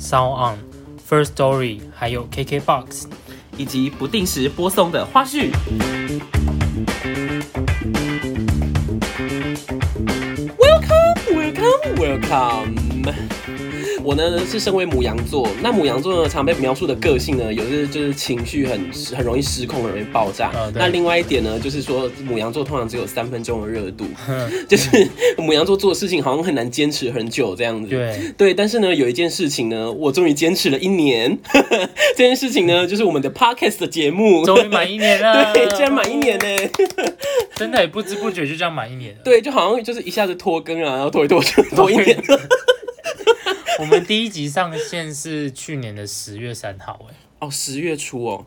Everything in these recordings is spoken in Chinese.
Sound On、First Story，还有 KKBox。以及不定时播送的花絮。Welcome, welcome, welcome。我呢是身为母羊座，那母羊座呢常被描述的个性呢，有的是就是情绪很很容易失控，很容易爆炸。啊对那另外一点呢，就是说母羊座通常只有三分钟的热 度，就是母羊座做事情好像很难坚持很久这样子。对，对，但是呢，有一件事情呢，我终于坚持了一年。 这件事情呢，就是我们的 podcast 的节目，终于满一年 了，对，竟然满一年呢。真的也不知不觉就这样满一年了。对，就好像就是一下子拖更啊，然后拖一拖就拖一年了。 我们第一集上线是去年的十月三号，哎， 哦，十月初哦，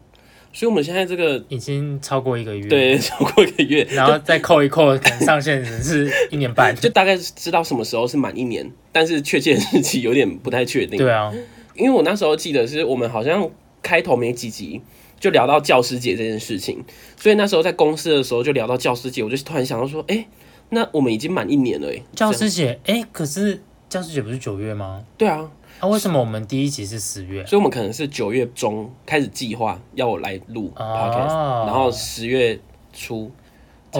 所以我们现在这个已经超过一个月。，对超过一个月，然后再扣一扣，可能上线只是一年 半。就大概知道什么时候是满一年，但是确切日期有点不太确定。对啊，因为我那时候记得是我们好像开头没几集就聊到教师节这件事情，所以那时候在公司的时候就聊到教师节，我就突然想到说，哎、那我们已经满一年了、诶教师节，哎，可是教师节不是九月吗？对啊，啊，为什么我们第一集是十月？所以我们可能是九月中开始计划要我来录 podcast，、哦然后十月初我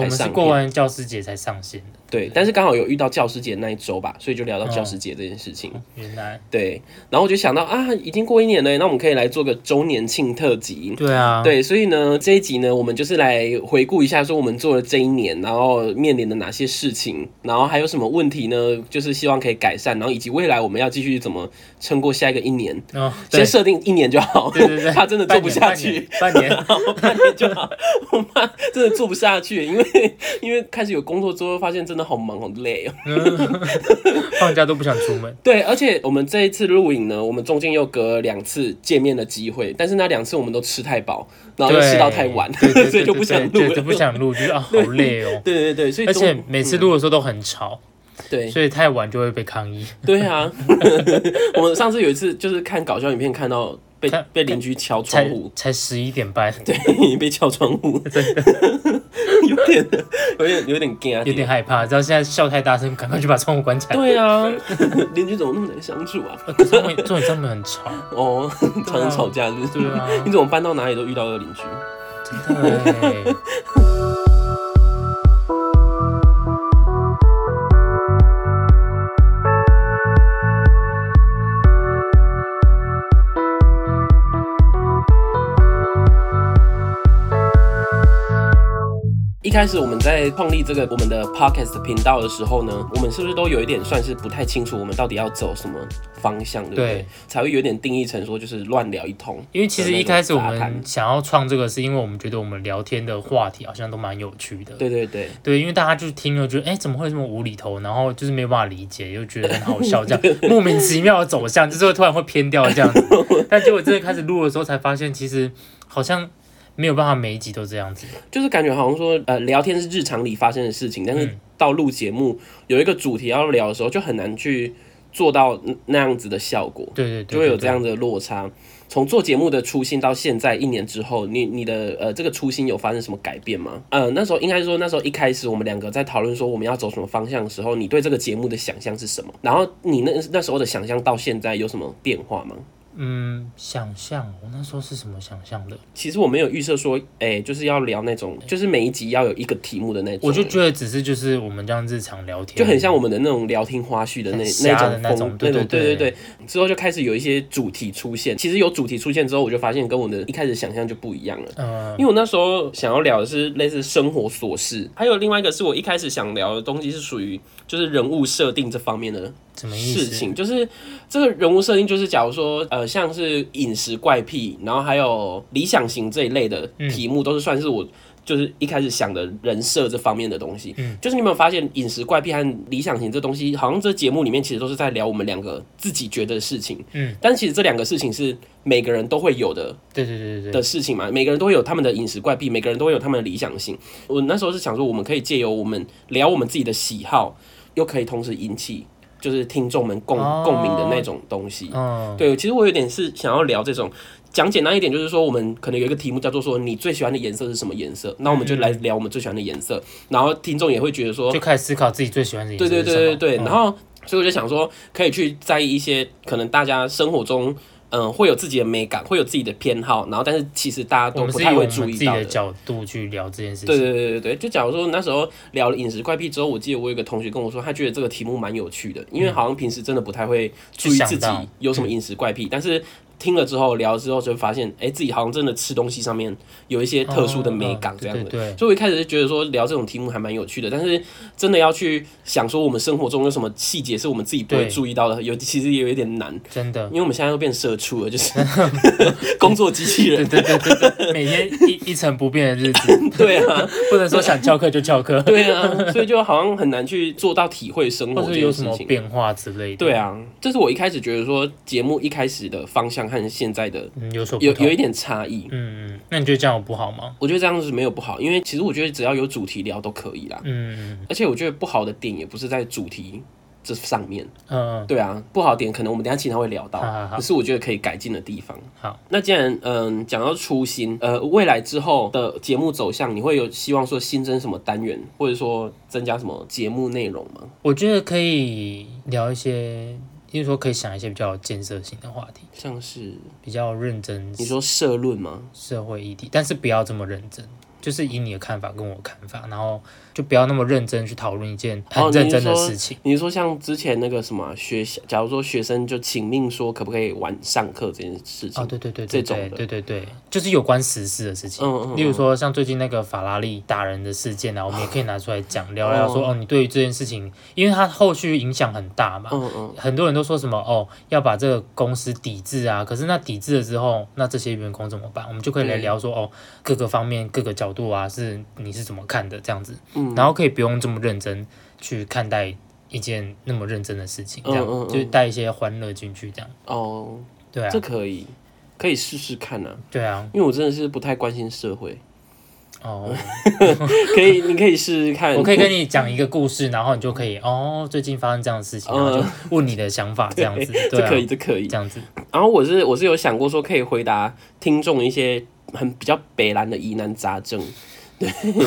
才们是上过片。完教师节才上线的。对，但是刚好有遇到教师节那一周吧，所以就聊到教师节这件事情。原来，对，然后我就想到啊，已经过一年了，那我们可以来做个周年庆特辑。对啊，嗯对，所以呢，这一集呢，我们就是来回顾一下，说我们做了这一年，然后面临的哪些事情，然后还有什么问题呢？就是希望可以改善，然后以及未来我们要继续怎么撑过下一个一年。哦，对先设定一年就好，对 对对，怕真的做不下去，半年，半年半年就好， 我怕真的做不下去，因为因为开始有工作之后，发现真的好忙好累哦。 放假都不想出门。对，而且我们这一次录影呢，我们中间又隔两次见面的机会，但是那两次我们都吃太饱，然后又对，吃到太晚，对对 对所以就不想录对对了就不想录，就是啊，好累哦。 对对对，所以而中嗯且每次录的时候都很吵，对所以太晚就会被抗议。对啊， 我们上次有一次就是看搞笑影片，看到被看被邻居敲窗才户，才十一点半， 对，被敲窗 户， 有点有点有点惊啊有，点害怕。知道现在笑太大声，赶快去把窗户关起来。对啊，邻居怎么那么难相处啊？呃可是会重点他们很吵，哦，常常吵架是不是？啊对啊，你怎么搬到哪里都遇到恶邻居？对。一开始我们在创立这个我们的 podcast 频道的时候呢，我们是不是都有一点算是不太清楚我们到底要走什么方向，对不对？对才会有点定义成说就是乱聊一通。因为其实一开始我杂谈们想要创这个，是因为我们觉得我们聊天的话题好像都蛮有趣的。对对对，对，因为大家就听了，觉得哎、诶怎么会这么无厘头？然后就是没有办法理解，又觉得很好笑，这样莫名其妙的走向，就是会突然会偏掉这样子。但结果真的开始录的时候，才发现其实好像没有办法每一集都这样子。就是感觉好像说，呃，聊天是日常里发生的事情，但嗯是到录节目有一个主题要聊的时候，就很难去做到那样子的效果，对对对就会有这。样对子的落差。从做节目的初心到现在一年之后，你你的呃这个初心有发生什么改变吗？呃，那时候应该说那时候一开始我们两个在讨论说我们要走什么方向的时候，你对这个节目的想象是什么？然后你那那时候的想象到现在有什么变化吗？嗯，想象我那时候是什么想象的？其实我没有预设说，哎、就是要聊那种，就是每一集要有一个题目的那种。我就觉得只是就是我们这样日常聊天，就很像我们的那种聊天花絮的那嗯很瞎的那那种种风，对种对对对对。之后就开始有一些主题出现，其实有主题出现之后，我就发现跟我的一开始想象就不一样了。嗯、因为我那时候想要聊的是类似生活琐事，还有另外一个是我一开始想聊的东西是属于就是人物设定这方面的什么意事思？情，就是这个人物设定就是假如说呃嗯像是饮食怪癖，然后还有理想型这一类的题目，都是算是我就是一开始想的人设这方面的东西。嗯，就是你有没有发现饮食怪癖和理想型这东西，好像这节目里面其实都是在聊我们两个自己觉得的事情。嗯，但其实这两个事情是每个人都会有的对对对对的对，事情嘛，每个人都会有他们的饮食怪癖，每个人都会有他们的理想性。我那时候是想说，我们可以借由我们聊我们自己的喜好，又可以同时引起就是听众们共哦共鸣的那种东西。嗯，对，其实我有点是想要聊这种，讲简单一点，就是说我们可能有一个题目叫做说你最喜欢的颜色是什么颜色，那我们就来聊我们最喜欢的颜色，然后听众也会觉得说嗯就，开始思考自己最喜欢的颜色对对是对什对么对，嗯然后所以我就想说，可以去在意一些可能大家生活中。嗯，会有自己的美感，会有自己的偏好，然后但是其实大家我都们不是太以我会们注意自己到的角度去聊这件事情，对对对对对，就假如说那时候聊了饮食怪癖之后，我记得我有一个同学跟我说，他觉得这个题目蛮有趣的，因为好像平时真的不太会注意嗯去想自己到嗯有什么饮食怪癖，但是听了之后聊了之后，就发现哎、诶自己好像真的吃东西上面有一些特殊的美感嗯嗯这样的。对对对所以我一开始就觉得说聊这种题目还蛮有趣的，但是真的要去想说我们生活中有什么细节是我们自己不会对注意到的，有其实也有一点难，真的 因。为我们现在都变社畜了，就是 工作机器对人。对对对对，每天一一成不变的日 子，对啊，不能说想翘课就翘 课，对啊，所以就好像很难去做到体会生活或这者件有什事么情。变化之类的。对，啊，这是我一开始觉得说节目一开始的方向和现在的嗯，有所不有有同。一点差异。嗯，嗯那你觉得这样有不好吗？我觉得这样子没有不好，因为其实我觉得只要有主题聊都可以啦。嗯而且我觉得不好的点也不是在主题这上面，嗯嗯，对啊，不好的点可能我们等一下其他会聊到，好好好可是我觉得可以改进的地方。好，那既然嗯讲到初心，呃，未来之后的节目走向，你会有希望说新增什么单元，或者说增加什么节目内容吗？我觉得可以聊一些，因为说可以想一些比较有建设性的话题，像是比较认真你说社论吗？社会议题，但是不要这么认真。就是以你的看法跟我的看法，然后就不要那么认真去讨论一件哦很你认是真的说事情。你说像之前那个什么学校，假如说学生就请命说可不可以晚上课这件事情，哦，对对对这对种对的对对对，就是有关时事的事嗯情。嗯嗯例如说像最近那个法拉利打人的事件啊，我们也可以拿出来讲，聊聊说哦哦，你对于这件事情，因为它后续影响很大嘛。嗯嗯，很多人都说什么哦，要把这个公司抵制啊，可是那抵制了之后，那这些员工怎么办？我们就可以来对聊说哦，各个方面、各个角度啊，是你是怎么看的这样子，嗯然后可以不用这么认真去看待一件那么认真的事情，这样、嗯嗯嗯就是带一些欢乐进去，这样哦，对啊这，可以，可以试试看啊，对啊，因为我真的是不太关心社会， 哦。可以，你可以试试看， 我可以跟你讲一个故事，然后你就可以哦，最近发生这样的事 情，嗯然后就问你的想法，这样 子，对这啊，可以，这可以这。样子， 然后我是我是有想过说可以回答听众一些很比较北蓝的疑难杂症，你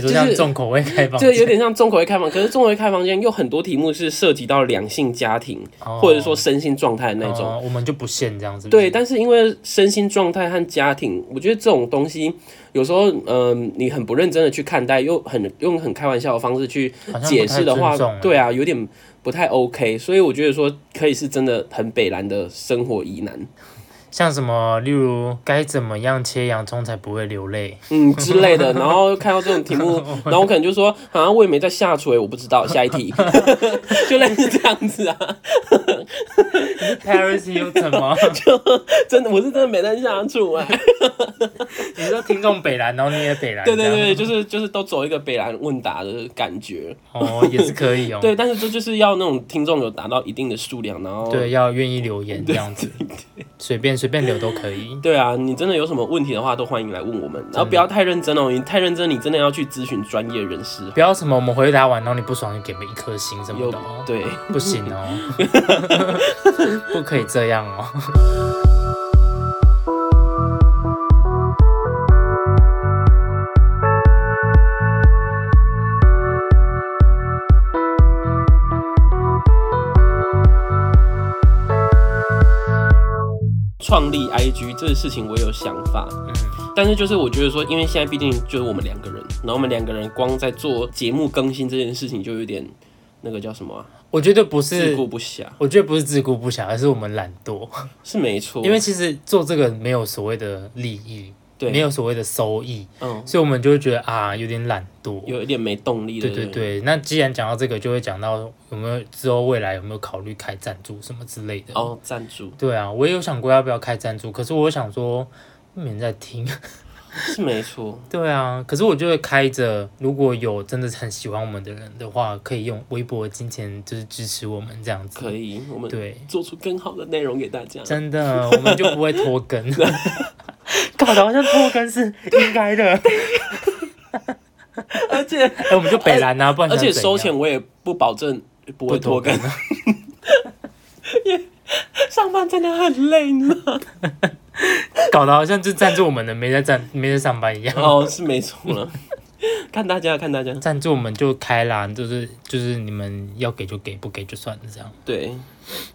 说像重口味开放， 这有点像中国会开房，可是中国会开房间有很多题目是涉及到两性家庭哦或者说身心状态的那种。哦我们就不限这样子，对，但是因为身心状态和家庭，我觉得这种东西有时候，嗯、你很不认真的去看待，又很用很开玩笑的方式去好像不太解释的话尊重，对啊，有点不太 OK。所以我觉得说，可以是真的很北蓝的生活疑难，像什么，例如该怎么样切洋葱才不会流泪，嗯之类的。然后看到这种题目，然后我可能就说，啊，我也没在下垂，我不知道，下一 题， 就类似这样子啊。 Paris Hilton 吗？真的，我是真的没在下注 哎、你说听众北蓝，然后你也北蓝，对对这样啊对，就是就是都走一个北兰问答的感觉。哦，也是可以哦， 对，但是这就是要那种听众有达到一定的数量，然后对，要愿意留言这样子，随便随便留都可以，对啊，你真的有什么问题的话，都欢迎来问我们。然后不要太认真哦，你太认真，你真的要去咨询专业人士。不要什么我们回答完，然后你不爽就给我们一颗星什么有的哦。对，不行 哦，不可以这样哦。创立 IG 这个事情我有想法，嗯，但是就是我觉得说，因为现在毕竟就是我们两个人，然后我们两个人光在做节目更新这件事情就有点那个叫什么啊、我觉得不自是顾，不暇，我觉得不是自顾不暇，而是我们懒惰。是没错。因为其实做这个没有所谓的利益，对没有所谓的收益，嗯，所以我们就会觉得啊，有点懒惰。有一点没动力的。对对对，那既然讲到这个，就会讲到有没有之后未来有没有考虑开赞助什么之类的。哦，赞助。对啊，我也有想过要不要开赞助，可是我想说，没人在听， 是没错，对啊，可是我就会开着，如果有真的很喜欢我们的人的话，可以用微薄的金钱就是支持我们这样子。可以，我们对，做出更好的内容给大家。真的，我们就不会 拖更。搞得好像拖更是应该的。哎、而 且我们就北蓝啊，不然而且想怎收样钱我也不保证不不会拖拖更更，。啊上班真的很累 呢。搞得好像就赞助我们的没在赞没在上班一样。哦，是没错了，看大家看大家，赞助我们就开啦，就是就是你们要给就给，不给就算了这样。对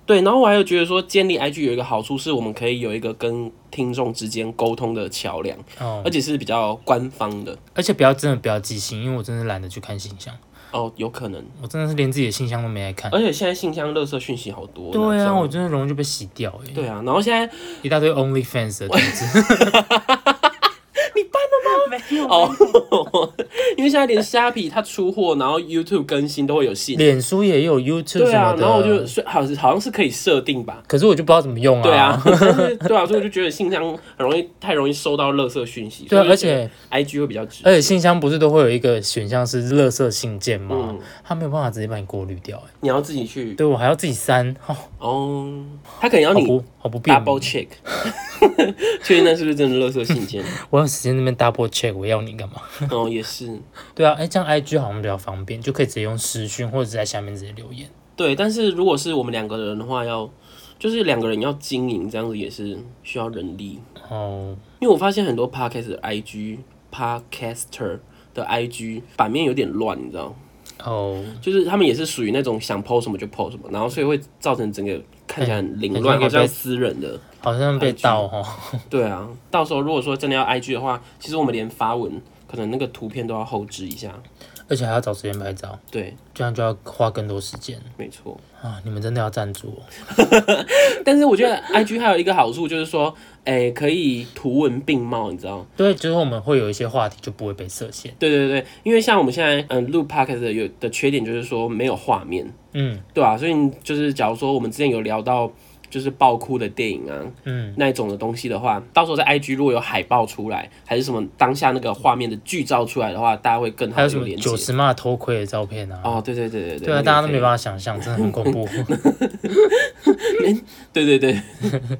对。然后我还有觉得说，建立 IG 有一个好处是，我们可以有一个跟听众之间沟通的桥梁，哦而，且是比较官方的。而且不要真的不要寄信，因为我真的懒得去看信箱，哦，有可能。我真的是连自己的信箱都没来看。而且现在信箱垃圾讯息好多。对哪知啊，道我真的容易就被洗掉哎、对啊，然后现在 一大堆 OnlyFans 的通知。哦，因为现在连虾皮它出货，然后 YouTube 更新都会有信。脸书也有 YouTube 对什啊么，的，然后我就所以好好像是可以设定吧。可是我就不知道怎么用啊。对啊，但是对啊，所以我就觉得信箱很容易太容易收到垃圾讯息。对啊，所以而我就觉且得 IG 会比较直。而且信箱不是都会有一个选项是垃圾信件吗？嗯它没有办法直接把你过滤掉、欸，你要自己去对我还要自己删， 哦，好哦，他可能要你不好不便 double 利。 check，确定那是不是真的垃圾信件。我有时间那边 double check，我要你干嘛？哦，也是。对啊，哎、这样 IG 好像比较方便，就可以直接用私讯或者是在下面直接留言。对，但是如果是我们两个人的话，要就是两个人要经营这样子也是需要人力，哦，因为我发现很多 podcast 的 IG podcaster 的 IG 版面有点乱，你知道，哦，就是他们也是属于那种想 po 什么就 po 什么，然后所以会造成整个看起来很凌乱，好很像一个像被私人的。好像被 IG 盗哦。对啊，到时候如果说真的要 IG 的话，其实我们连发文可能那个图片都要后置一下。而且还要找时间拍照，对，这样就要花更多时间没错。啊！你们真的要赞助我， 但是我觉得 IG 还有一个好处就是说，哎、可以图文并茂，你知道。对，就是我们会有一些话题就不会被设限。对对对，因为像我们现在嗯录 podcast 的有的缺点就是说没有画面，嗯对啊，所以你就是假如说我们之前有聊到就是爆哭的电影啊嗯，那一种的东西的话，到时候在 IG 如果有海报出来，还是什么当下那个画面的剧照出来的话，大家会更好还有有什么连接九。十码偷窥的照片啊？哦，对对对对对，对啊，大家都没法。办法想象，真的很恐 怖。对对 对，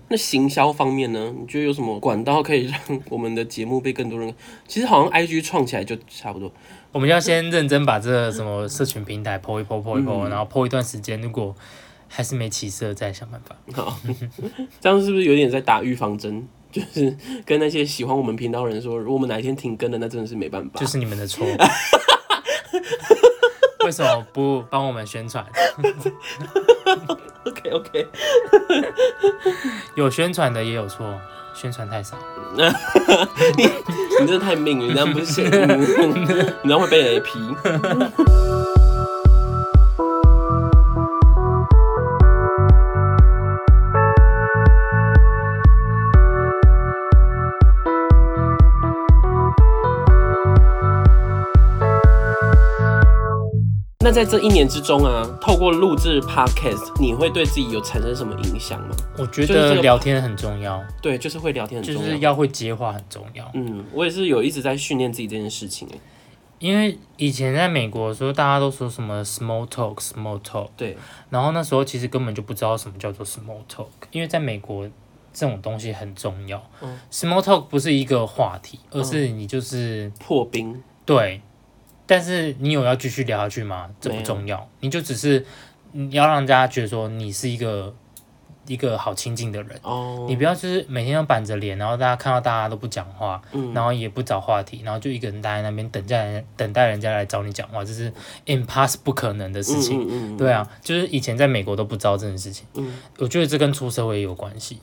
那行销方面呢？你觉得有什么管道可以让我们的节目被更多人？其实好像 IG 创起来就差不多。我们要先认真把这个什么社群平台 PO 一 PO PO 一嗯 PO，、然后 PO 一段时间，如果还是没起色，再想办法。好，这样是不是有点在打预防针？ 就是跟那些喜欢我们频道的人说，如果我们哪一天停更了，那真的是没办法。就是你们 的错。为什么不帮我们宣传？ OK OK，有宣传的也有错，宣传太少。你真的太命了，你这样不行，你这样会被雷劈。那在这一年之中啊，透过录制 podcast，你会对自己有产生什么影响吗？我觉就是这得个聊天很重要，对，就是会聊天很就重要。是要会接话很重要。嗯，我也是有一直在训练自己这件事情。欸因为以前在美国的时候，大家都说什么 small talk small talk，对，然后那时候其实根本就不知道什么叫做 small talk，因为在美国这种东西很重要。嗯 small talk 不是一个话题，而是你就是、破冰。对，但是你有要继续聊下去吗？这没不有重要，你就只是你要让大家觉得说你是一个一个好亲近的人。哦，你不要就是每天要板着脸，然后大家看到大家都不讲话，嗯然后也不找话题，然后就一个人待在那边等待人等待人家来找你讲话，这是 impossible 不可能的事情。嗯嗯嗯对啊，就是以前在美国都不知道这件事情。嗯我觉得这跟出社会也有关系。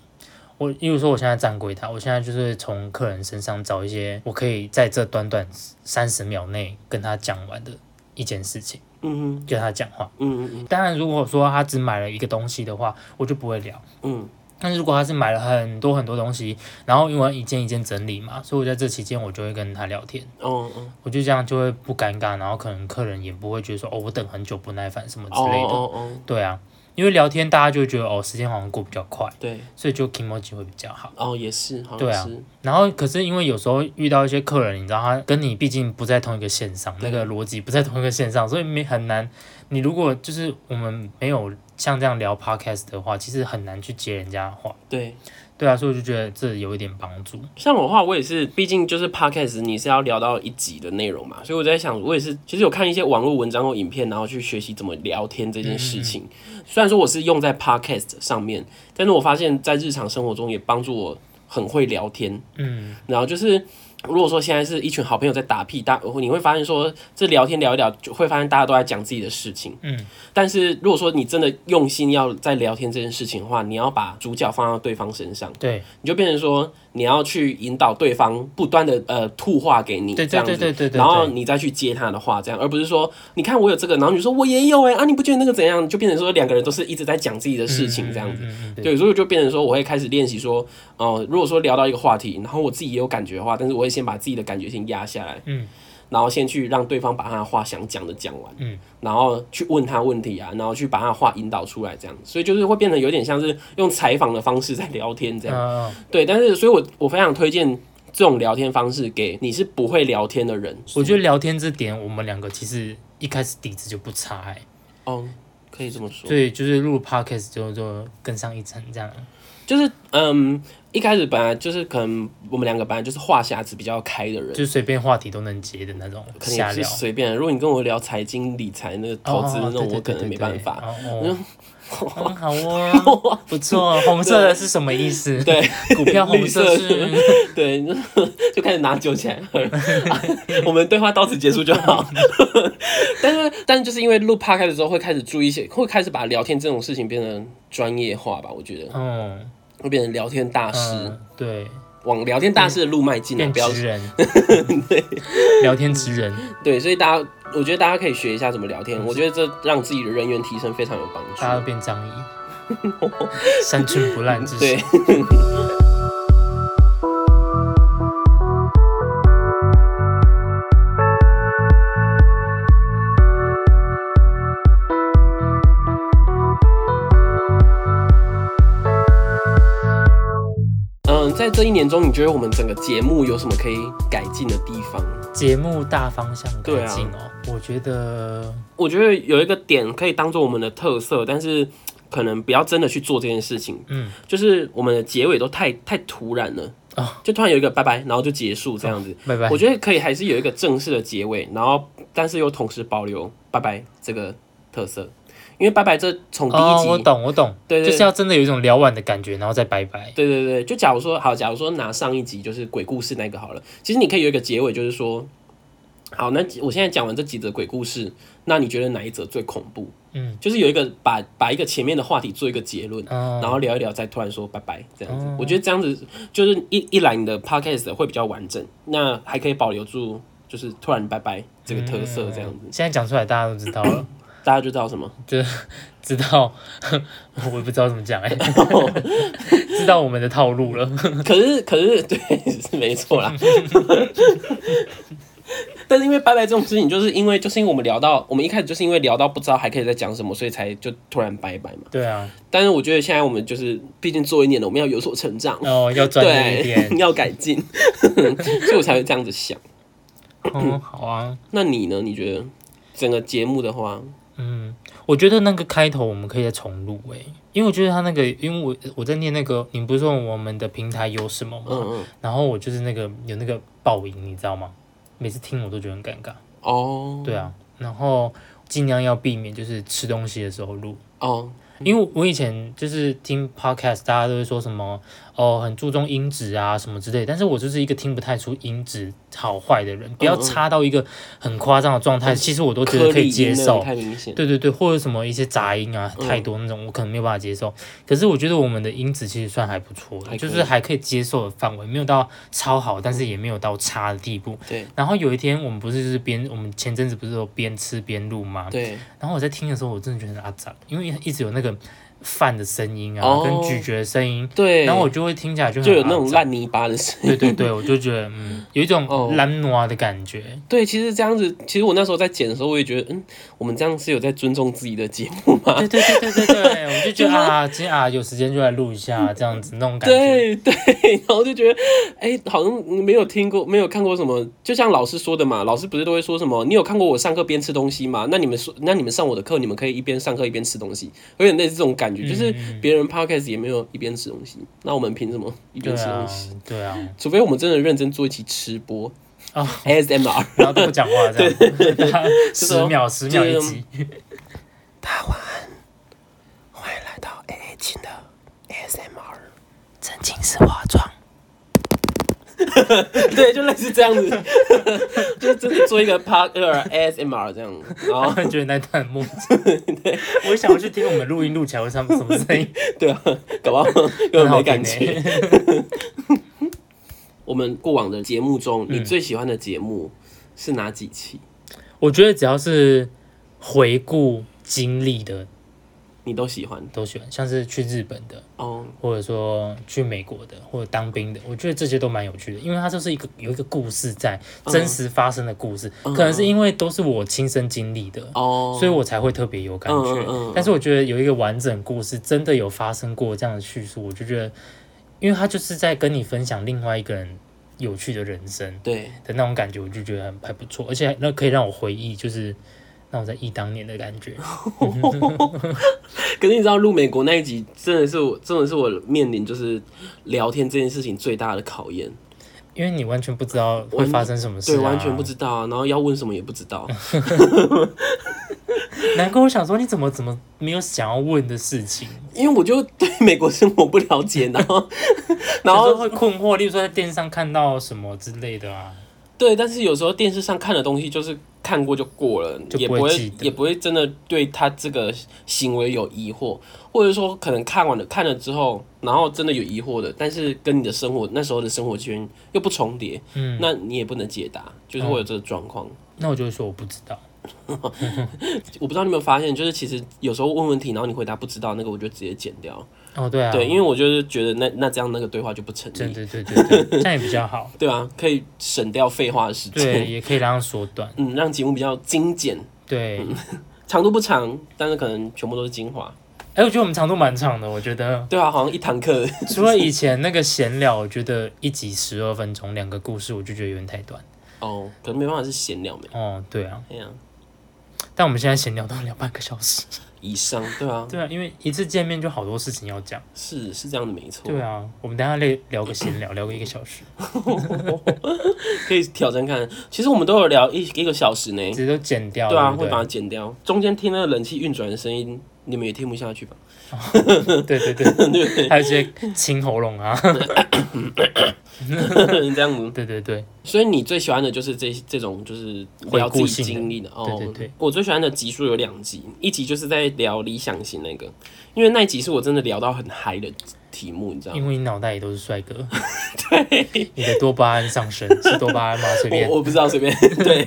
我，例如说，我现在站柜台，我现在就是从客人身上找一些我可以在这短短三十秒内跟他讲完的一件事情，嗯跟他讲话。嗯嗯当然，如果说他只买了一个东西的话，我就不会聊。嗯但是如果他是买了很多很多东西，然后因为一件一件整理嘛，所以我在这期间我就会跟他聊天，哦哦我就这样就会不尴尬，然后可能客人也不会觉得说哦我等很久不耐烦什么之类的。哦哦，对啊，因为聊天大家就会觉得哦，时间好像过比较快，对，所以就 k i m o j i 会比较好。哦，也是，好对像啊是，然后可是因为有时候遇到一些客人，你知道他跟你毕竟不在同一个线上，对那个逻辑不在同一个线上，所以没很难。你如果就是我们没有像这样聊 podcast 的话，其实很难去接人家的话。对。对啊，所以我就觉得这有一点帮助。像我的话，我也是，毕竟就是 podcast，你是要聊到一集的内容嘛，所以我在想，我也是，其实有看一些网络文章或影片，然后去学习怎么聊天这件事情。嗯虽然说我是用在 podcast 上面，但是我发现在日常生活中也帮助我很会聊天。嗯，然后就是。如果说现在是一群好朋友在打屁，大你会发现说这聊天聊一聊，就会发现大家都在讲自己的事情。嗯，但是如果说你真的用心要在聊天这件事情的话，你要把主角放到对方身上。对，你就变成说你要去引导对方不断的呃吐话给你，对对这样子对对对对对然后你再去接他的话，这样，而不是说你看我有这个，然后你说我也有哎、啊，你不觉得那个怎样？就变成说两个人都是一直在讲自己的事情这样子。嗯嗯嗯对对，所以就变成说，我会开始练习说，呃，如果说聊到一个话题，然后我自己也有感觉的话，但是我会先把自己的感觉先压下来，嗯，然后先去让对方把他的话想讲的讲完，嗯，然后去问他问题啊，然后去把他的话引导出来，这样，所以就是会变得有点像是用采访的方式在聊天这样。嗯对，但是所以我，我非常推荐这种聊天方式给你是不会聊天的人。我觉得聊天这点，我们两个其实一开始底子就不差、欸，哦，可以这么说，所以就是录 podcast 就就更上一层这样。就是嗯，一开始本来就是可能我们两个本来就是话匣子比较开的人，就随便话题都能接的那种可能瞎也是聊。随便。如果你跟我聊财经、理财、那个投资那种，我可能没办法。哦哦嗯好哦，不错。红色的是什么意思？对，股票红色绿是。对， 就就开始拿酒起来喝。 我们对话到此结束就好。 但是，但就是因为录 p 开的时候会开始注意一些，会开始把聊天这种事情变成专业化吧，我觉得。嗯会变成聊天大师，嗯，对，往聊天大师的路迈进啊！变不要直人。聊天直人，对，所以大家，我觉得大家可以学一下怎么聊嗯天，我觉得这让自己的人员提升非常有帮大家都助。变张 仪，三寸不烂之舌对。 嗯，在这一年中，你觉得我们整个节目有什么可以改进的地方？节目大方向对改啊进哦，我觉得我觉得有一个点可以当做我们的特色，但是可能不要真的去做这件事情。嗯，就是我们的结尾都太太突然了哦就突然有一个拜拜，然后就结束这样子。拜拜我。觉得可以还是有一个正式的结尾，然后但是又同时保留拜拜这个特色，因为拜拜这从第一哦，集，我懂，我懂，对对就是要真的有一种聊完的感觉，然后再拜拜。对对对，就假如说好，假如说拿上一集就是鬼故事那个好了，其实你可以有一个结尾，就是说，好，那我现在讲完这几则鬼故事，那你觉得哪一则最恐怖？嗯，就是有一个把把一个前面的话题做一个结论，嗯，然后聊一聊，再突然说拜拜这样子。哦我觉得这样子就是一一来你的 podcast 会比较完整，那还可以保留住就是突然拜拜这个特色这样子，嗯现在讲出来大家都知道 了，大家就知道什么。 知道， 我也不知道怎么讲哎、知道我们的套 路了。可是可是对是没错啦。 但是因为拜拜这种事情，就是因为就是因为我们聊到我们一开始就是因为聊到不知道还可以再讲什么，所以才就突然拜拜嘛。对啊，但是我觉得现在我们就是毕竟做一年了，我们要有所成长，然后哦要专业一对 点，。要改进，所以我才会这样子想。哦，好啊，那你呢？你觉得整个节目的话，嗯，我觉得那个开头我们可以再重录哎、因为我觉得他那个，因为我我在念那个，你不是说我们的平台有什么吗？嗯嗯，然后我就是那个有那个爆音，你知道吗？每次听我都觉得很尴尬。哦，对啊，然后尽量要避免就是吃东西的时候录。哦，因为我以前就是听 podcast，大家都会说什么哦，很注重音质啊什么之类，但是我就是一个听不太出音质好坏的人，不要差到一个很夸张的状态，其实我都觉得可嗯颗粒以音接那个受。太明显，对对对，或者什么一些杂音啊嗯太多那种，我可能没有办法接受。可是我觉得我们的音质其实算还不错还可的，以就是还可以接受的范围，没有到超好，但是也没有到差的地步。对。然后有一天我们不是就是边我们前阵子不是有边吃边录吗？对，然后我在听的时候，我真的觉得很阿杂，因为一直有那个饭的声音啊，哦跟咀嚼的声音，对，然后我啊就会听起来就很就有那种肮脏。烂泥 巴的声音。对对对，我就觉得嗯，有一哦种懒惰的感觉。对，其实这样子，其实我那时候在剪的时候，我也觉得，嗯，我们这样是有在尊重自己的节目吗？对对对对对对，我就觉得啊，今天啊有时间就来录一下这样子那种感觉。对对，然后就觉得，哎、好像没有听过，没有看过什么，就像老师说的嘛，老师不是都会说什么，你有看过我上课边吃东西吗？那你们说，那你们上我的课，你们可以一边上课一边吃东西，有点类似这种嗯感觉，就是别人 podcast 也没有一边吃东西，那我们凭什么一边对吃啊东西？，对啊，除非我们真的认真做一期吃播哦 ASMR。然后都不讲话这样，是哦十秒十秒就是一集。大晚安，欢迎来到 AA 亲的 ASMR，沉浸式化妆。 对，就类似这样子， 就真的做一个 Park 呃 ASMR 这样，然后我觉得那段很梦境。我想要去听我们录音录起来会唱什么声音， 对啊，搞不 好根很本好没听感欸觉。 我们过往的节目中，你最喜欢的节目是哪几期？我觉得只要是回顾经历的你都喜欢都喜欢，像是去日本的，哦，或者说去美国的，或者当兵的，我觉得这些都蛮有趣的，因为它就是一个有一个故事在，真实发生的故事，嗯可能是因为都是我亲身经历的。哦，所以我才会特别有感嗯嗯嗯嗯觉，但是我觉得有一个完整故事，真的有发生过这样的叙述，我就觉得，因为他就是在跟你分享另外一个人有趣的人生，对，的那种感觉，我就觉得很还不错，而且那可以让我回忆，就是那我在忆当年的感觉。可是你知道录美国那一集，真的是我，真的是我面临就是聊天这件事情最大的考验。因为你完全不知道会发生什么事、啊，嗯对，完全不。知道啊，然后要问什么也不知道。难怪我想说，你怎么怎么没有想要问的事情，因为我就对美国生活不了解，然 后 然有时候后会困惑，例如说在电视上看到什么之类的啊。对，但是有时候电视上看的东西就是看过就过了，就也不不会会记得也不会真的对他这个行为有疑惑，或者说可能看完了看了之后，然后真的有疑惑的，但是跟你的生活那时候的生活圈又不重叠，嗯，那你也不能解答，就是会有这个状况。那我就会说我不知道。我不知道你有没有发现，就是其实有时候问问题，然后你回答不知道那个，我就直接剪掉。哦，对啊，对，因为我就是觉得那那这样那个对话就不成立。对对对对对，这样也比较 好。对啊，可以省掉废话的时对，间，也可以让它缩短。 嗯，让节目比较精简，对，嗯长度不长，但是可能全部都是精华。哎、我觉得我们长度蛮长的，我觉得。对啊，好像一堂课， 除了以前那个闲聊，我觉得一集十二分钟，两个故事，我就觉得有点太短。哦，可能没办法是闲聊没，哦，对啊，哎呀、但我们现在闲聊到两半个小时。以上，对啊，对啊，因为一次见面就好多事情要讲。是是这样的，没错，对啊，我们等一下聊聊个闲聊，聊个一个小时，可以挑战看。其实我们都有聊一一个小时呢，直接都剪掉。嗯对啊，对会不把它剪掉，中间听那个冷气运转的声音，你们也听不下去吧？ 对？对对对，还有一些清喉咙啊， 这样子，对对对，所以你最喜欢的就是这这种就是聊自己经历的哦。对对对，我最喜欢的集数有两集，一集就是在聊理想型那个，因为那一集是我真的聊到很嗨的题目，你知道吗？因为你脑袋里都是帅 哥，对，你的多巴胺上升是多巴胺吗？随便我。我不知道随 便对，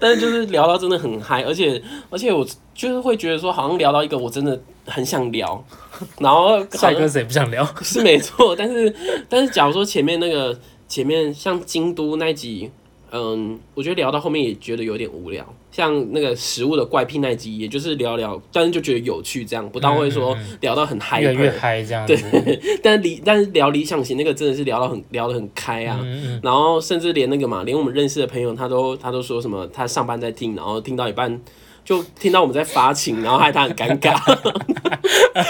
但是就是聊到真的很嗨，而且而且我就是会觉得说，好像聊到一个我真的很想聊，然后好像帅哥谁不想聊？是没错，但是 但是假如说前面那个前面像京都那一集，嗯，我觉得聊到后面也觉得有点无聊。像那个食物的怪癖那一集，也就是聊聊，但是就觉得有趣，这样不到会说聊到很嗨、嗯越来越嗨这样子。但理但是聊理想型那个真的是聊到很聊得很开啊。嗯嗯，然后甚至连那个嘛，连我们认识的朋友，他都他都说什么，他上班在听，然后听到一半就听到我们在发情，然后害他很尴尬，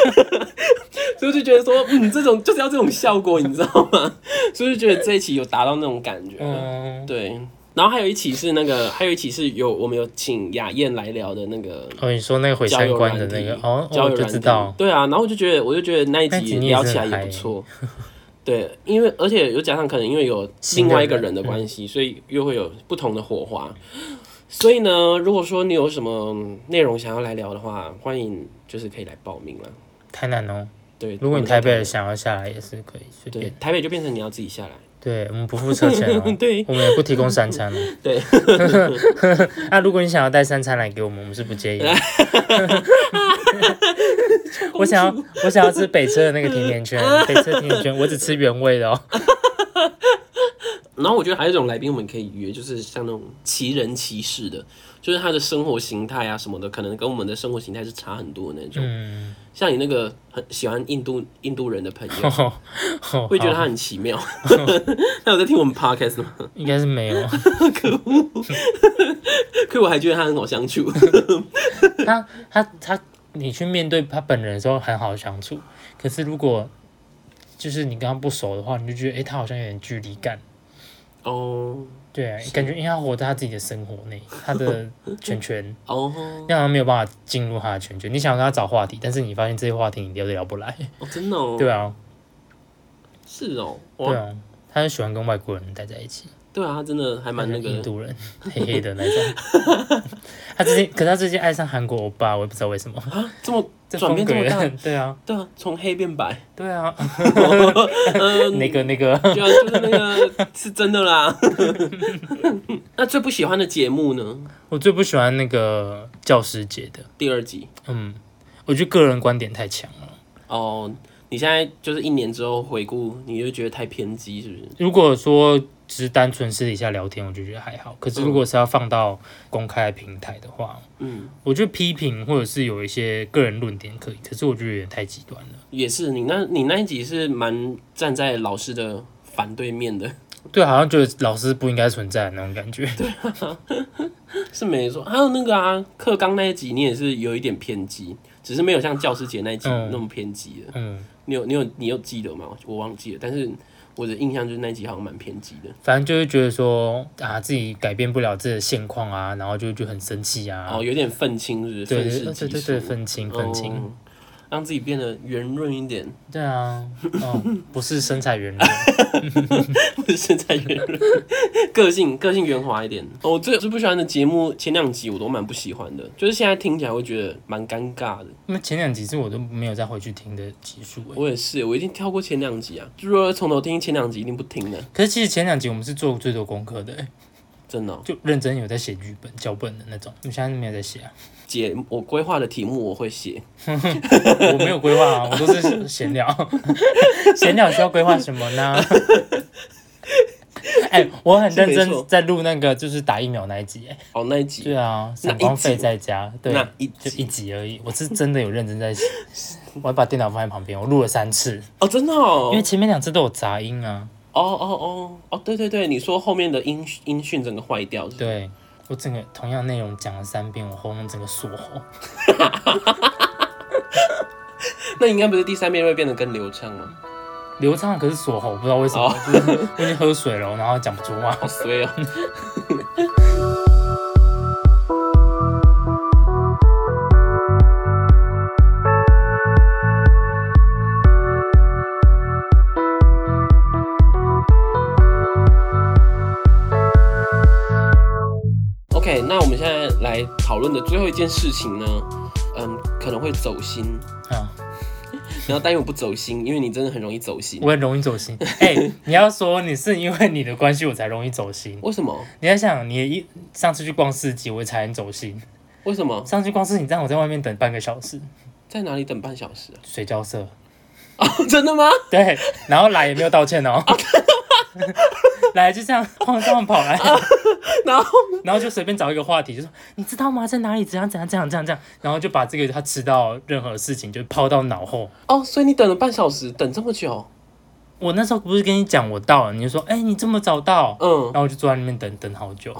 所以就觉得说，嗯，这种就是要这种效果，你知道吗？所以就觉得这一期有达到那种感觉，嗯，对。然后还有一期是那个，还有一期是有我们有请雅燕来聊的那个哦，你说那个毁交三友观软的那体个，哦，交友我就软知体道，对啊，然后我就觉得，我就觉得那一那一集集你也聊是起来很也嗨不错。 对，因为而且又加上可能因为有另外一个嗯人的关系，所以又会有不同的火花。所以呢，如果说你有什么内容想要来聊的话，欢迎就是可以来报名了。台南哦。对，如果你我们在台北人想要下来也是可以随对便，台北就变成你要自己下来。，对我们不付车钱哦 对我们也不提供三餐哦。 对， 那如果你想要带三餐来给我们，我们是不介意的。我想要我想要吃北车的那个甜甜 圈，北车甜甜圈，我只吃原味的哦。然后我觉得还有一种来宾我们可以约，就是像那种奇人奇事的，就是他的生活形态啊什么的，可能跟我们的生活形态是差很多的那种。嗯，像你那个很喜欢印度印度人的朋 友，哦，哦会觉得好他很奇 妙。他有在听我们 podcast 吗？应该是没有。可我还觉得他很好相 处。他他他，你去面对他本人的时候很好相处，可是如果就是你跟他不熟的话，你就觉得诶，他好像有点距离感。哦对啊，感觉因为他活在他自己的生活内，他 的圈圈，哦你好像没有办法进入他的圈圈。你想跟他找话题，但是你发现这些话题你聊都聊不来。哦，真的哦，对啊，是哦，对哇，啊，他很喜欢跟外国人待在一起，对啊，他真的还蛮那印个，度人，黑黑的那种。 他最近，可是他最近爱上韩国欧巴，我也不知道为什么，这么 这转风变这格么大，， 对啊，对啊，从黑变白，对啊，嗯，那个那个。对啊，就是那个是真的 啦。 那最不喜欢的节目呢？我最不喜欢那个教师节的，第二集嗯，我觉得个人观点太强了。哦，你现在就是一年之后回顾，你就觉得太偏激，是不是？如果说只是单纯私底下聊天，我就觉得还好。可是如果是要放到公开的平台的话，嗯，我觉得批评或者是有一些个人论点可以，可是我觉得有点太极端了。也是。你那，你那一集是蛮站在老师的反对面的， 对，好像觉得老师不应该存在的那种感觉。是没错。还有那个啊，课纲那一集，你也是有一点偏激，只是没有像教师节那一集嗯那么偏激了。嗯，你有，你有，你有记得吗？我忘记了，但是我的印象就是那一集好像蛮偏激的。反正就是觉得说啊，自己改变不了自己的现况啊，然后就就很生气啊。哦，有点愤青，是不是？对愤对世对嫉对俗对，。愤青愤青，哦让自己变得圆润一点，对啊，哦，不是身材圆润，不是身材圆润，个性个性圆滑一 点。我、哦最最不喜欢的节目，前两集我都蛮不喜欢的，就是现在听起来会觉得蛮尴尬的。 那前两集是我都没有再回去听的集数欸我也是，我一定跳过前两集啊，就如果从头听前两集一定不听的，可是其实前两集我们是做最多功课的欸、真的哦、就认真有在写剧本、脚本的那种。你现在没有在写啊？ 姐，我规划的题目我会写，我没有规划啊，我都是闲聊。 闲聊需要规划什么呢？ 哎、我很认是没错真在录那个，就是打疫苗那一集、欸。哦那一集对啊，那闪光一集费在家，对，那一就集一集而已。我是真的有认真在写， 我还把电脑放在旁边，我录了三次，哦真的哦因为前面两次都有杂音啊。哦哦哦哦对对对，你说后面的音音讯整个坏掉，是不是对我整个同样内容讲了三遍，我喉咙整个锁喉。那应该不是第三遍会变得更流畅吗？流畅可是锁喉，不知道为什么，哦就是我已经喝水了，然后讲不出话。好衰哦。OK，那我们现在来讨论的最后一件事情呢，嗯，可能会走心，啊，然后但又不走心，因为你真的很容易走心。我很容易 走心。哎、你要说你是因为你的关系我才容易走心，为什么？你要想你一上次去逛市集我才能走心，为什么上次去逛市集让我在外面等半个小时，在哪里等半小时啊？ 水交社哦，真的吗？对，然后来也没有道歉 哦。来就这样晃晃跑来， 然后然后就随便找一个话题，就说你知道吗，在哪里怎样怎样怎样怎样怎样，然后就把这个他吃到任何事情就抛到脑后。哦，所以你等了半小时，等这么久，我那时候不是跟你讲我到了，你就说哎、你这么早到，嗯然，后我就坐在那边等等好久。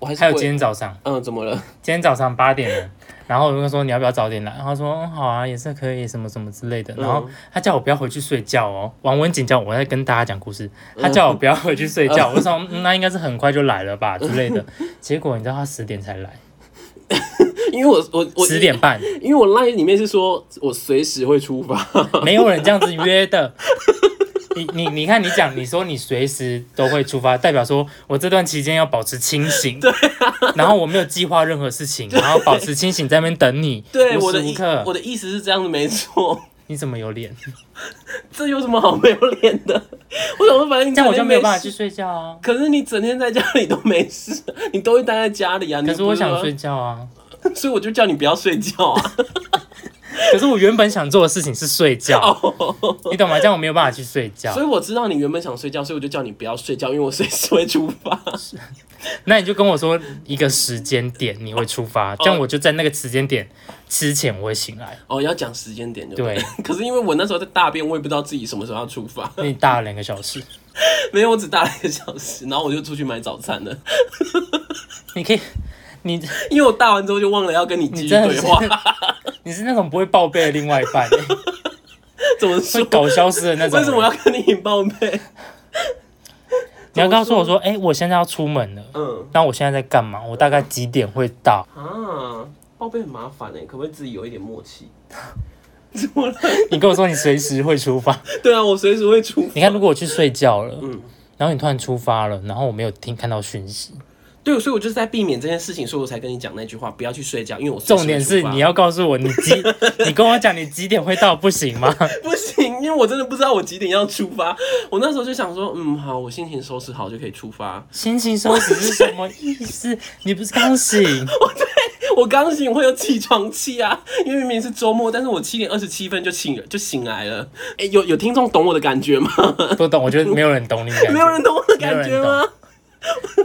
我还是还有不会今天早上，嗯，怎么了？ 今天早上八点了， 然后我就说你要不要早点来，他说、嗯好啊，也是可以什么什么之类的。嗯然后他叫我不要回去睡觉哦，王文景叫我我在跟大家讲故事，嗯他叫我不要回去睡觉，我想嗯那应该是很快就来了嗯吧之类的。结果你知道他十点才来，因为我我我十，点 半，因为我 line 里面是说我随时会出发， 没有人这样子约的。你你你看，你讲你说你随时都会出发，代表说我这段期间要保持清醒，对、啊然后我没有计划任何事情，然后保持清醒在那边等你，对无我时的无意刻我。的意思是这样的，没错。 你怎么有脸？这有什么好没有脸的？ 我想说，反正你 这样我就整天没有办法事去。睡觉啊。可是你整天在家里都没事， 你都会待在家里啊。你 可又是我不想说睡，觉啊， 所以我就叫你不要睡觉啊。可是我原本想做的事情是睡 哦觉，你懂吗？这样我没有办法去睡 觉所以，我知道你原本想睡觉，所以我就叫你不要睡觉，因为我随时会出发。那你就跟我说一个时间点你会出发，这样我就在那个时间点之前我会醒来。哦，要讲时间点就对。 可是因为我那时候在大便，我也不知道自己什么时候要出发， 那你大了两个小时，没有，我只大了一个小时，然后我就出去买早餐了， 你可以，你因为我大完之后就忘了要跟你继你续真的对是话， 你是那种不会报备的另外一半、欸怎么会说？搞消失的那种。为什么要跟你报 备？你要告诉我说，哎、我现在要出门了，嗯那我现在在干嘛？我大概几点会到？啊，报备很麻烦哎，可不可以自己有一点默契？ 怎么了？你跟我说你随时会出发，对啊，我随时会出。你看如果我去睡觉了，嗯然后你突然出发了，然后我没有听看到讯息，对，所以我就是在避免这件事情，所以我才跟你讲那句话，不要去睡觉，因为我随时会重点是出发你要告诉我你几，你跟我讲你几点会到，不行吗？ 不行，因为我真的不知道我几点要出发。我那时候就想说，嗯，好，我心情收拾好就可以出发。心情收拾是什么意思？你不是刚醒？ 我刚醒会有起床气啊，因为明明是周末，但是我七点二十七分就醒了，就醒来了。哎、有有听众懂我的感觉吗？不懂，我觉得没有人懂你的感没有觉，人懂我的感觉没有人吗？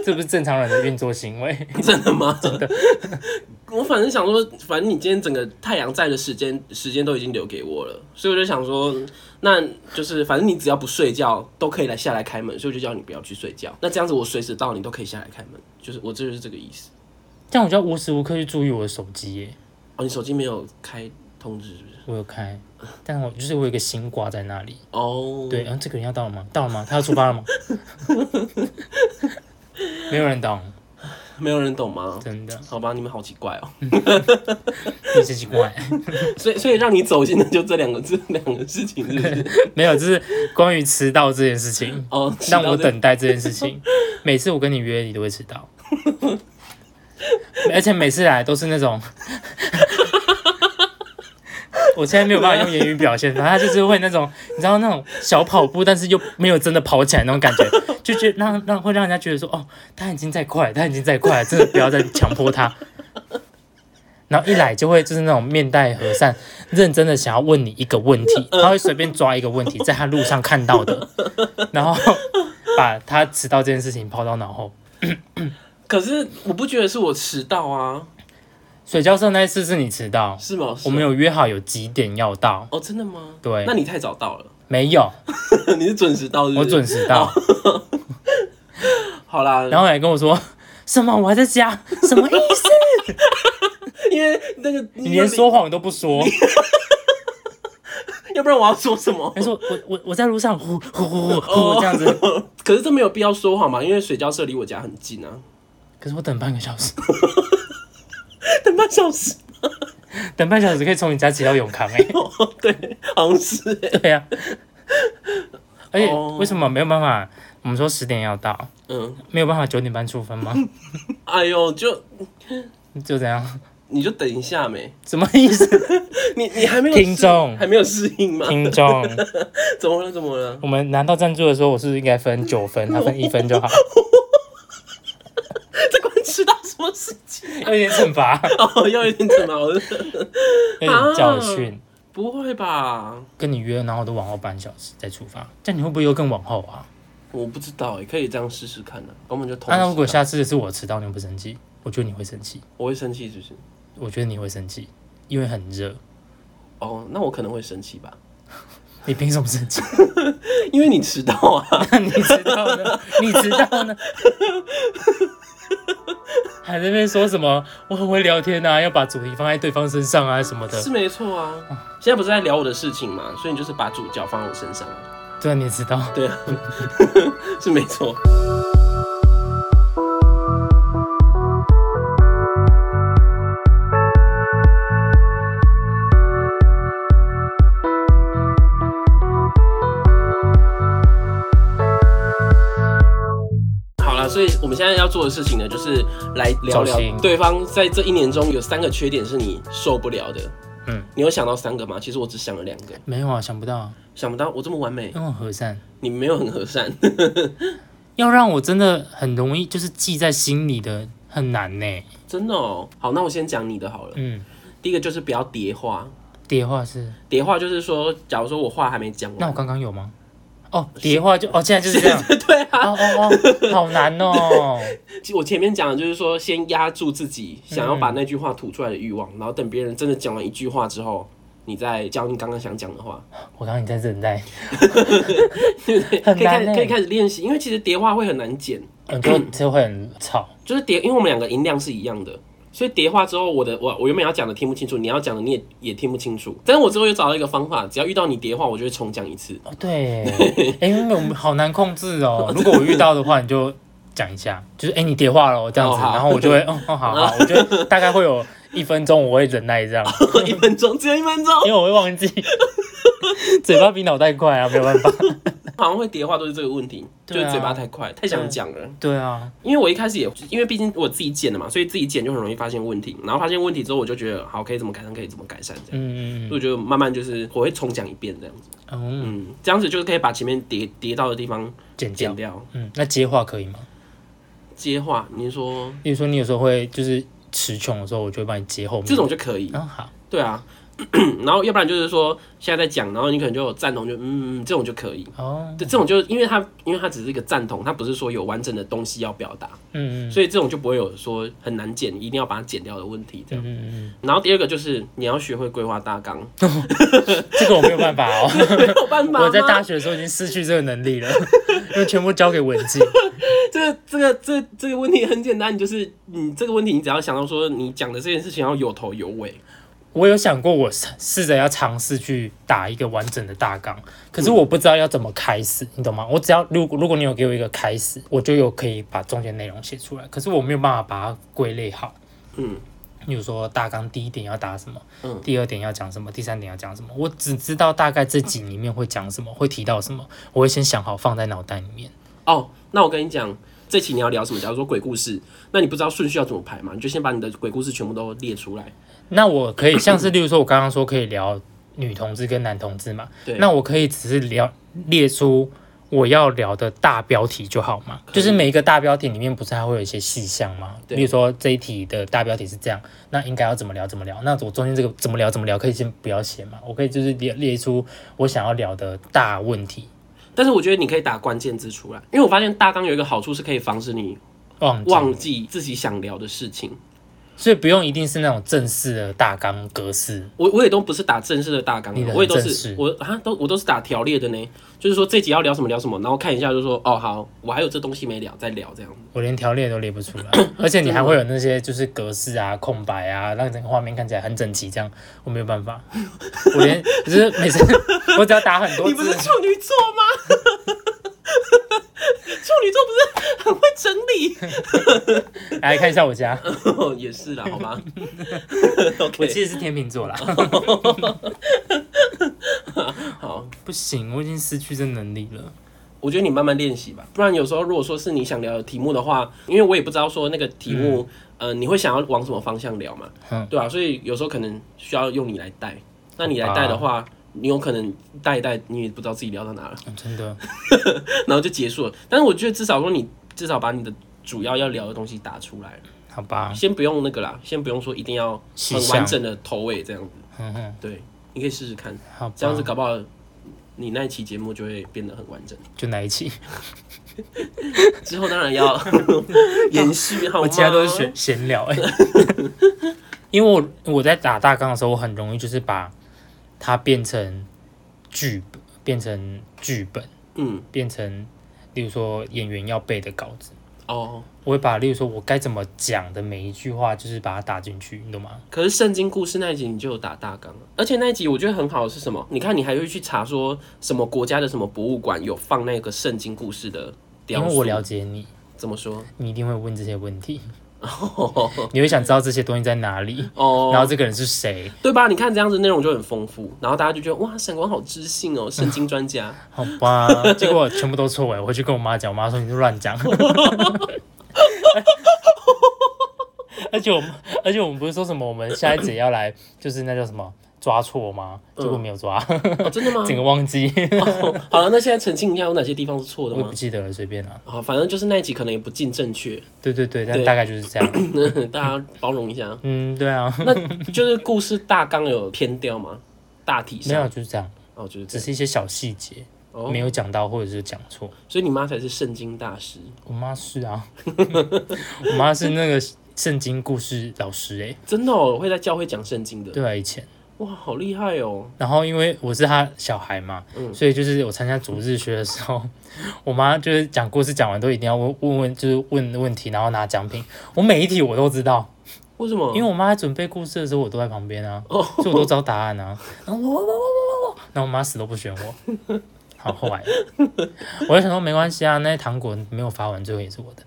这不是正常人的运作行为。真的吗？真的。 我反正想说，反正你今天整个太阳在的时间时间都已经留给我了，所以我就想说，那就是反正你只要不睡觉都可以来下来开门，所以我就叫你不要去睡觉。那这样子我随时到你都可以下来开门，就是我这就是这个意思。这样我就要无时无刻去注意我的手机耶。哦，你手机没有开通知是不是？我有开，但我就是我有一个心挂在那里。哦，对，，然、啊后这个人要到了吗？到了吗？他要出发 了吗？没有人懂，没有人懂吗？真的，好吧，你们好奇怪哦。你是奇怪。所以所以让你走心的就这两个这 两个事情是不是？没有，就是关于迟到这件事情，哦，让知道我这等待这件事情。每次我跟你约，你都会迟到， 而且每次来都是那种。我现在没有办法用言语表现，反正他就是会那种，你知道那种小跑步，但是又没有真的跑起来那种感觉，就觉得让让会让人家觉得说，哦，他已经在快了，他已经在快了，真的不要再强迫他。然后一来就会就是那种面带和善，认真的想要问你一个问题，他会随便抓一个问题，在他路上看到的，然后把他迟到这件事情抛到脑后。可是我不觉得是我迟到啊，水交社那一次是你迟到，是吗？是我吗们有约好有几点要到，哦，真的吗？对那你太早到了， 没有，你是准时到是不我是准时哦到，好啦，然后还跟我说 什么我还在 家，什么意思？因为那个你连，说谎都不说， 要不然我要说什 么？还说我我我在路上呼呼呼呼呼哦哦这样子， 可是这没有必要说谎嘛，因为水交社离我家很近啊， 可是我等半个小时， 等半小时。等半小时可以从你家骑到永康哎、哦， 对，好像是欸。 对呀、而且哦为什么没有办法？我们说十点要到，嗯，没有办法九点半出分吗？哎呦，就就这样，你就等一下没？什么意 思？你你还没有听适众还没有适应吗？听众，怎么了？怎么了？ 我们拿到赞助的时候，我是不是应该分九分？他分一分 就好，这关迟到什么事情？有点惩罚， 哦，又有点怎么了？ 有点教训。不会吧？啊跟你约，然后我都往后半小时再出发，这样你会不会又更往后啊？我不知道哎，可以这样试试看呢、啊。我们就同啊时啊。那如果下次是我迟到，你会不会生气？我觉得你会生气，我会生气，是不是？我觉得你会生气，因为很热。哦，那我可能会生气吧， 你凭什么生 气？因为你迟到啊。 你知道呢？你知道呢？还在那边说什么我很会聊天啊，要把主题放在对方身上啊什么的是。没错啊，现在不是在聊我的事情嘛，所以你就是把主角放在我身上，对啊，你也知道。对啊， 是没错。好啦，所以我们现在要做的事情呢，就是来聊走心聊对方在这一年中有三个缺点是你受不了的。嗯，你有想到三个吗？其实我只想了两个，没有啊，想不到啊，想不到我这么完美，因为我和善，你没有很和善。要让我真的很容易就是记在心里的很难呢。真的哦，好，那我先讲你的好了。嗯，第一个就是不要叠话，叠画是，叠画就是说，假如说我话还没讲那我完，刚刚有吗？哦，叠画就哦，现在就是这样。 对啊，哦哦哦，好难哦。其实我前面讲的就是说，先压住自己想要把那句话吐出来的欲嗯望，然后等别人真的讲完一句话之后，你再讲你刚刚想讲的话，我刚刚你在等待，可很以开始难欸可以呢。开始练习，因为其实叠话会很难剪，很多就会很 吵。就是叠，因为我们两个音量是一样的。所以叠话之后，我的我我原本要讲的听不清楚，你要讲的你也也听不清楚。但是我之后又找到一个方法，只要遇到你叠话，我就会重讲一 次。 哦，对，哎、因为我们好难控制哦。如果我遇到的话，你就讲一下，就是哎、诶你叠话了哦这样子，哦好然后我就会，哦，哦好好，我觉得大概会有一分钟，我会忍耐这样，一分钟，只有一分钟。 因为我会忘记，嘴巴比脑袋快啊，没有办法。好像会叠话都是这个问题，就对啊是嘴巴太快，太想讲了。对啊，因为我一开始也，因为毕竟我自己剪的嘛，所以自己剪就很容易发现问题。然后发现问题之后，我就觉得好，可以怎么改善，可以怎么改善这样。嗯所以我就慢慢就是我会重讲一遍这样子，嗯，嗯，这样子就是可以把前面叠叠到的地方剪掉剪。掉。嗯，那接话可以吗？接话，你说比如说你有时候会就是词穷的时候，我就会帮你接后面。这种就可以，嗯、好，对啊。 然后要不然就是说现在在讲，然后你可能就有赞同，就嗯嗯这种就可以。哦，对，这种就因为它因为它只是一个赞同，它不是说有完整的东西要表达。嗯嗯所以这种就不会有说很难剪，一定要把它剪掉的问题。这样，嗯嗯然后第二个就是你要学会规划大 纲，嗯，这个我没有办法哦。没有办法吗， 我在大学的时候已经失去这个能 力了，因为全部交给文静。这个这个这这个问题很简单，你就是你这个问题，你只要想到说你讲的这件事情要有头有尾，我有想过，我试试着要尝试去打一个完整的大纲，可是我不知道要怎么开始，你懂吗？我只要如果如果你有给我一个开始，我就有可以把中间内容写出来，可是我没有办法把它归类好。嗯，比如说大纲第一点要打什么，嗯第二点要讲什么，第三点要讲什么，我只知道大概这集里面会讲什么，会提到什么，我会先想好放在脑袋里面。哦，那我跟你讲，这期你要聊什么？假如说鬼故事，那你不知道顺序要怎么排嘛？你就先把你的鬼故事全部都列出来。那我可以像是，例如说，我刚刚说可以聊女同志跟男同志嘛，对那我可以只是聊列出我要聊的大标题就好嘛，可以就是每一个大标题里面不是还会有一些细项吗？对比如说这一题的大标题是这样，那应该要怎么聊怎么聊？那我中间这个怎么聊怎么聊可以先不要写嘛，我可以就是列列出我想要聊的大问题，但是我觉得你可以打关键字出来，因为我发现大纲有一个好处是可以防止你忘记忘记自己想聊的事情。所以不用一定是那种正式的大纲格式。我我也都不是打正式的大纲你的，很我也都正是式我啊都我都是打条列的呢，就是说这集要聊什么聊什么，然后看一下就说哦好，我还有这东西没聊，再聊这样。我连条列都列不出来， 而且你还会有那些就是格式啊、空白啊，让整个画面看起来很整齐，这样我没有办法。我连就是每次 我只要打很 多你不是字，处女座吗？ 处女座不是很会整理？ 来看一下我 家，哦，也是啦，好吧。我 OK，其实是天秤 座啦。好，不行，我已经失去这能力了。我觉得你慢慢练习吧，不然有时候如果说是你想聊的题目的话，因为我也不知道说那个题目，嗯、呃，你会想要往什么方向聊嘛，嗯对啊，所以有时候可能需要用你来带，那你来带的话，你有可能带一带，你也不知道自己聊到哪了，嗯真的，然后就结束了。但是我觉得至少说你至少把你的主要要聊的东西打出来，好吧，先不用那个啦，先不用说一定要细很完项，整的头尾这样子，嗯哼，对，你可以试试看，好吧，这样子搞不好你那一期节目就会变得很完整。就来一起。之后当然要 延续，好吗？我其他都是闲闲聊、欸， 因为我我在打大纲的时候，我很容易就是把它变成剧本，变成剧本，嗯，变成例如说演员要背的稿子，哦。我会把例如说我该怎么讲的每一句话，就是把它打进去，你懂吗？可是圣经故事那一集你就有打大纲了，而且那一集我觉得很好的是什么？你看你还会去查说什么国家的什么博物馆有放那个圣经故事的因雕为塑？我了解你，怎么说？你一定会问这些问 题，哦你会想知道这些东西在哪里，然后哦，这个人是谁，对吧？你看这样子内容就很丰富，然后大家就觉得哇，闪光好知性哦，圣经专家。好吧？结果全部都错哎，我回去跟我妈讲，我妈说你是乱讲。 而且我们，而且我们不是说什么，我们下一节要来，就是那叫什么抓错吗？结果没有抓，嗯哦，真的吗？ 整个忘记，哦好了，那现在澄清一下有哪些地方是错我的也吗不？记得了，随便啦。啊、反正就是那一集可能也不尽正确， 对对对，但对大概就是这样。 大家包容一下。嗯，对啊，那就是故事大纲有偏掉吗？大体没有啊上就是这样，哦，就是这只样是一些小细节哦没，有讲到或者是讲错。所以你妈才是圣经大师。我妈是啊， 我妈是那个圣经故事老师哎、真的哦，会在教会讲圣经的，对啊以前。哇，好厉害哦！然后因为我是他小孩嘛，嗯所以就是我参加主日学的时候， 我妈就是讲故事讲完都一定要问问问，就是问问题，然后拿奖品。我每一题我都知道，为什么？因为我妈在准备故事的时候，我都在旁边啊，嗯哦所以我都知道答案啊。然后我我我我我我，然后我妈死都不选我。好后来，我就想说没关系啊，那些糖果没有发完，最后也是我的。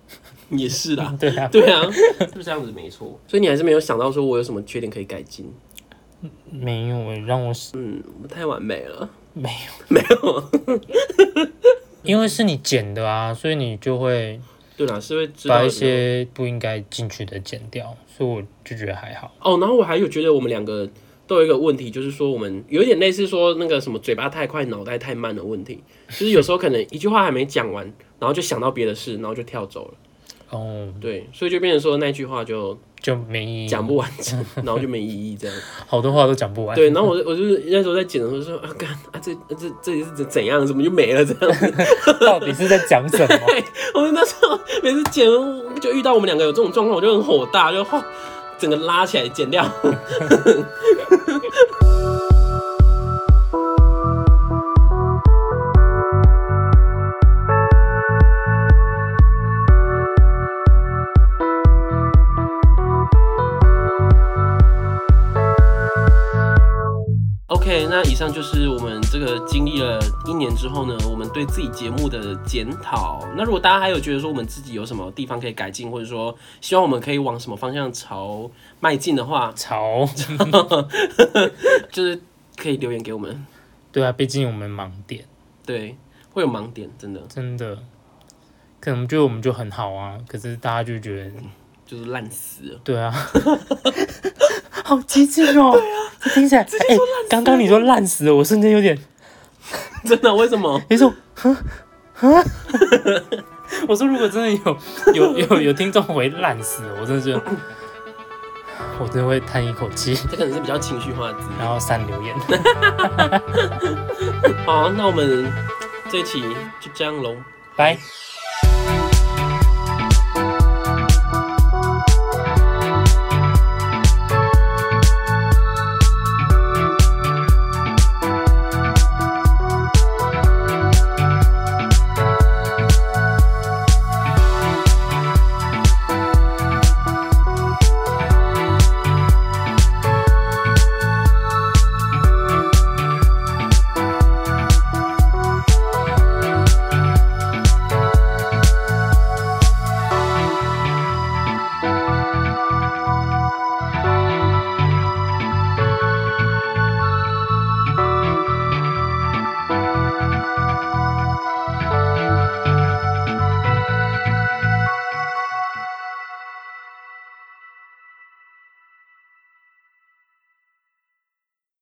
也是啦，对啊，对啊，是不是这样子没错？所以你还是没有想到说我有什么缺点可以改进，没有让我死我太完美了。 没有没有，因为是你剪的啊，所以你就会对啦，是会知道把有一些不应该进去的剪掉，所以我就觉得还好。哦，然后我还有觉得我们两个都有一个问题，就是说我们有一点类似说那个什么嘴巴太快、脑袋太慢的问题，就是有时候可能一句话还没讲完，然后就想到别的事，然后就跳走了。哦，对，所以就变成说那句话就就没意义，讲不完整，然后就没意义这样。好多话都讲不完。对，然后我就我就是那时候在剪的时候说啊，干啊这啊这这里是怎怎样，怎么就没了这样 子。 到底是在讲什么？ 我们那时候每次剪就遇到我们两个有这种状况，我就很火大，就吼整个拉起来剪掉。OK，那以上就是我们这个经历了一年之后呢，我们对自己节目的检讨。那如果大家还有觉得说我们自己有什么地方可以改进，或者说希望我们可以往什么方向朝迈进的话，吵。就是可以留言给我们。对啊，毕竟我们盲点，对，会有盲点，真的真的，可能就我们就很好啊，可是大家就觉得，就是烂死了。 对啊，好激进哦。对啊，这听起来，哎、刚刚你说烂死了，我瞬间有点，真的？为什么？你 说，哼哼。 我说，如果真的有有有有听众回烂死了，我真的觉得，我真的会叹一口气，这可能是比较情绪化的字。然后删留言。好，那我们这一期就这样喽。拜。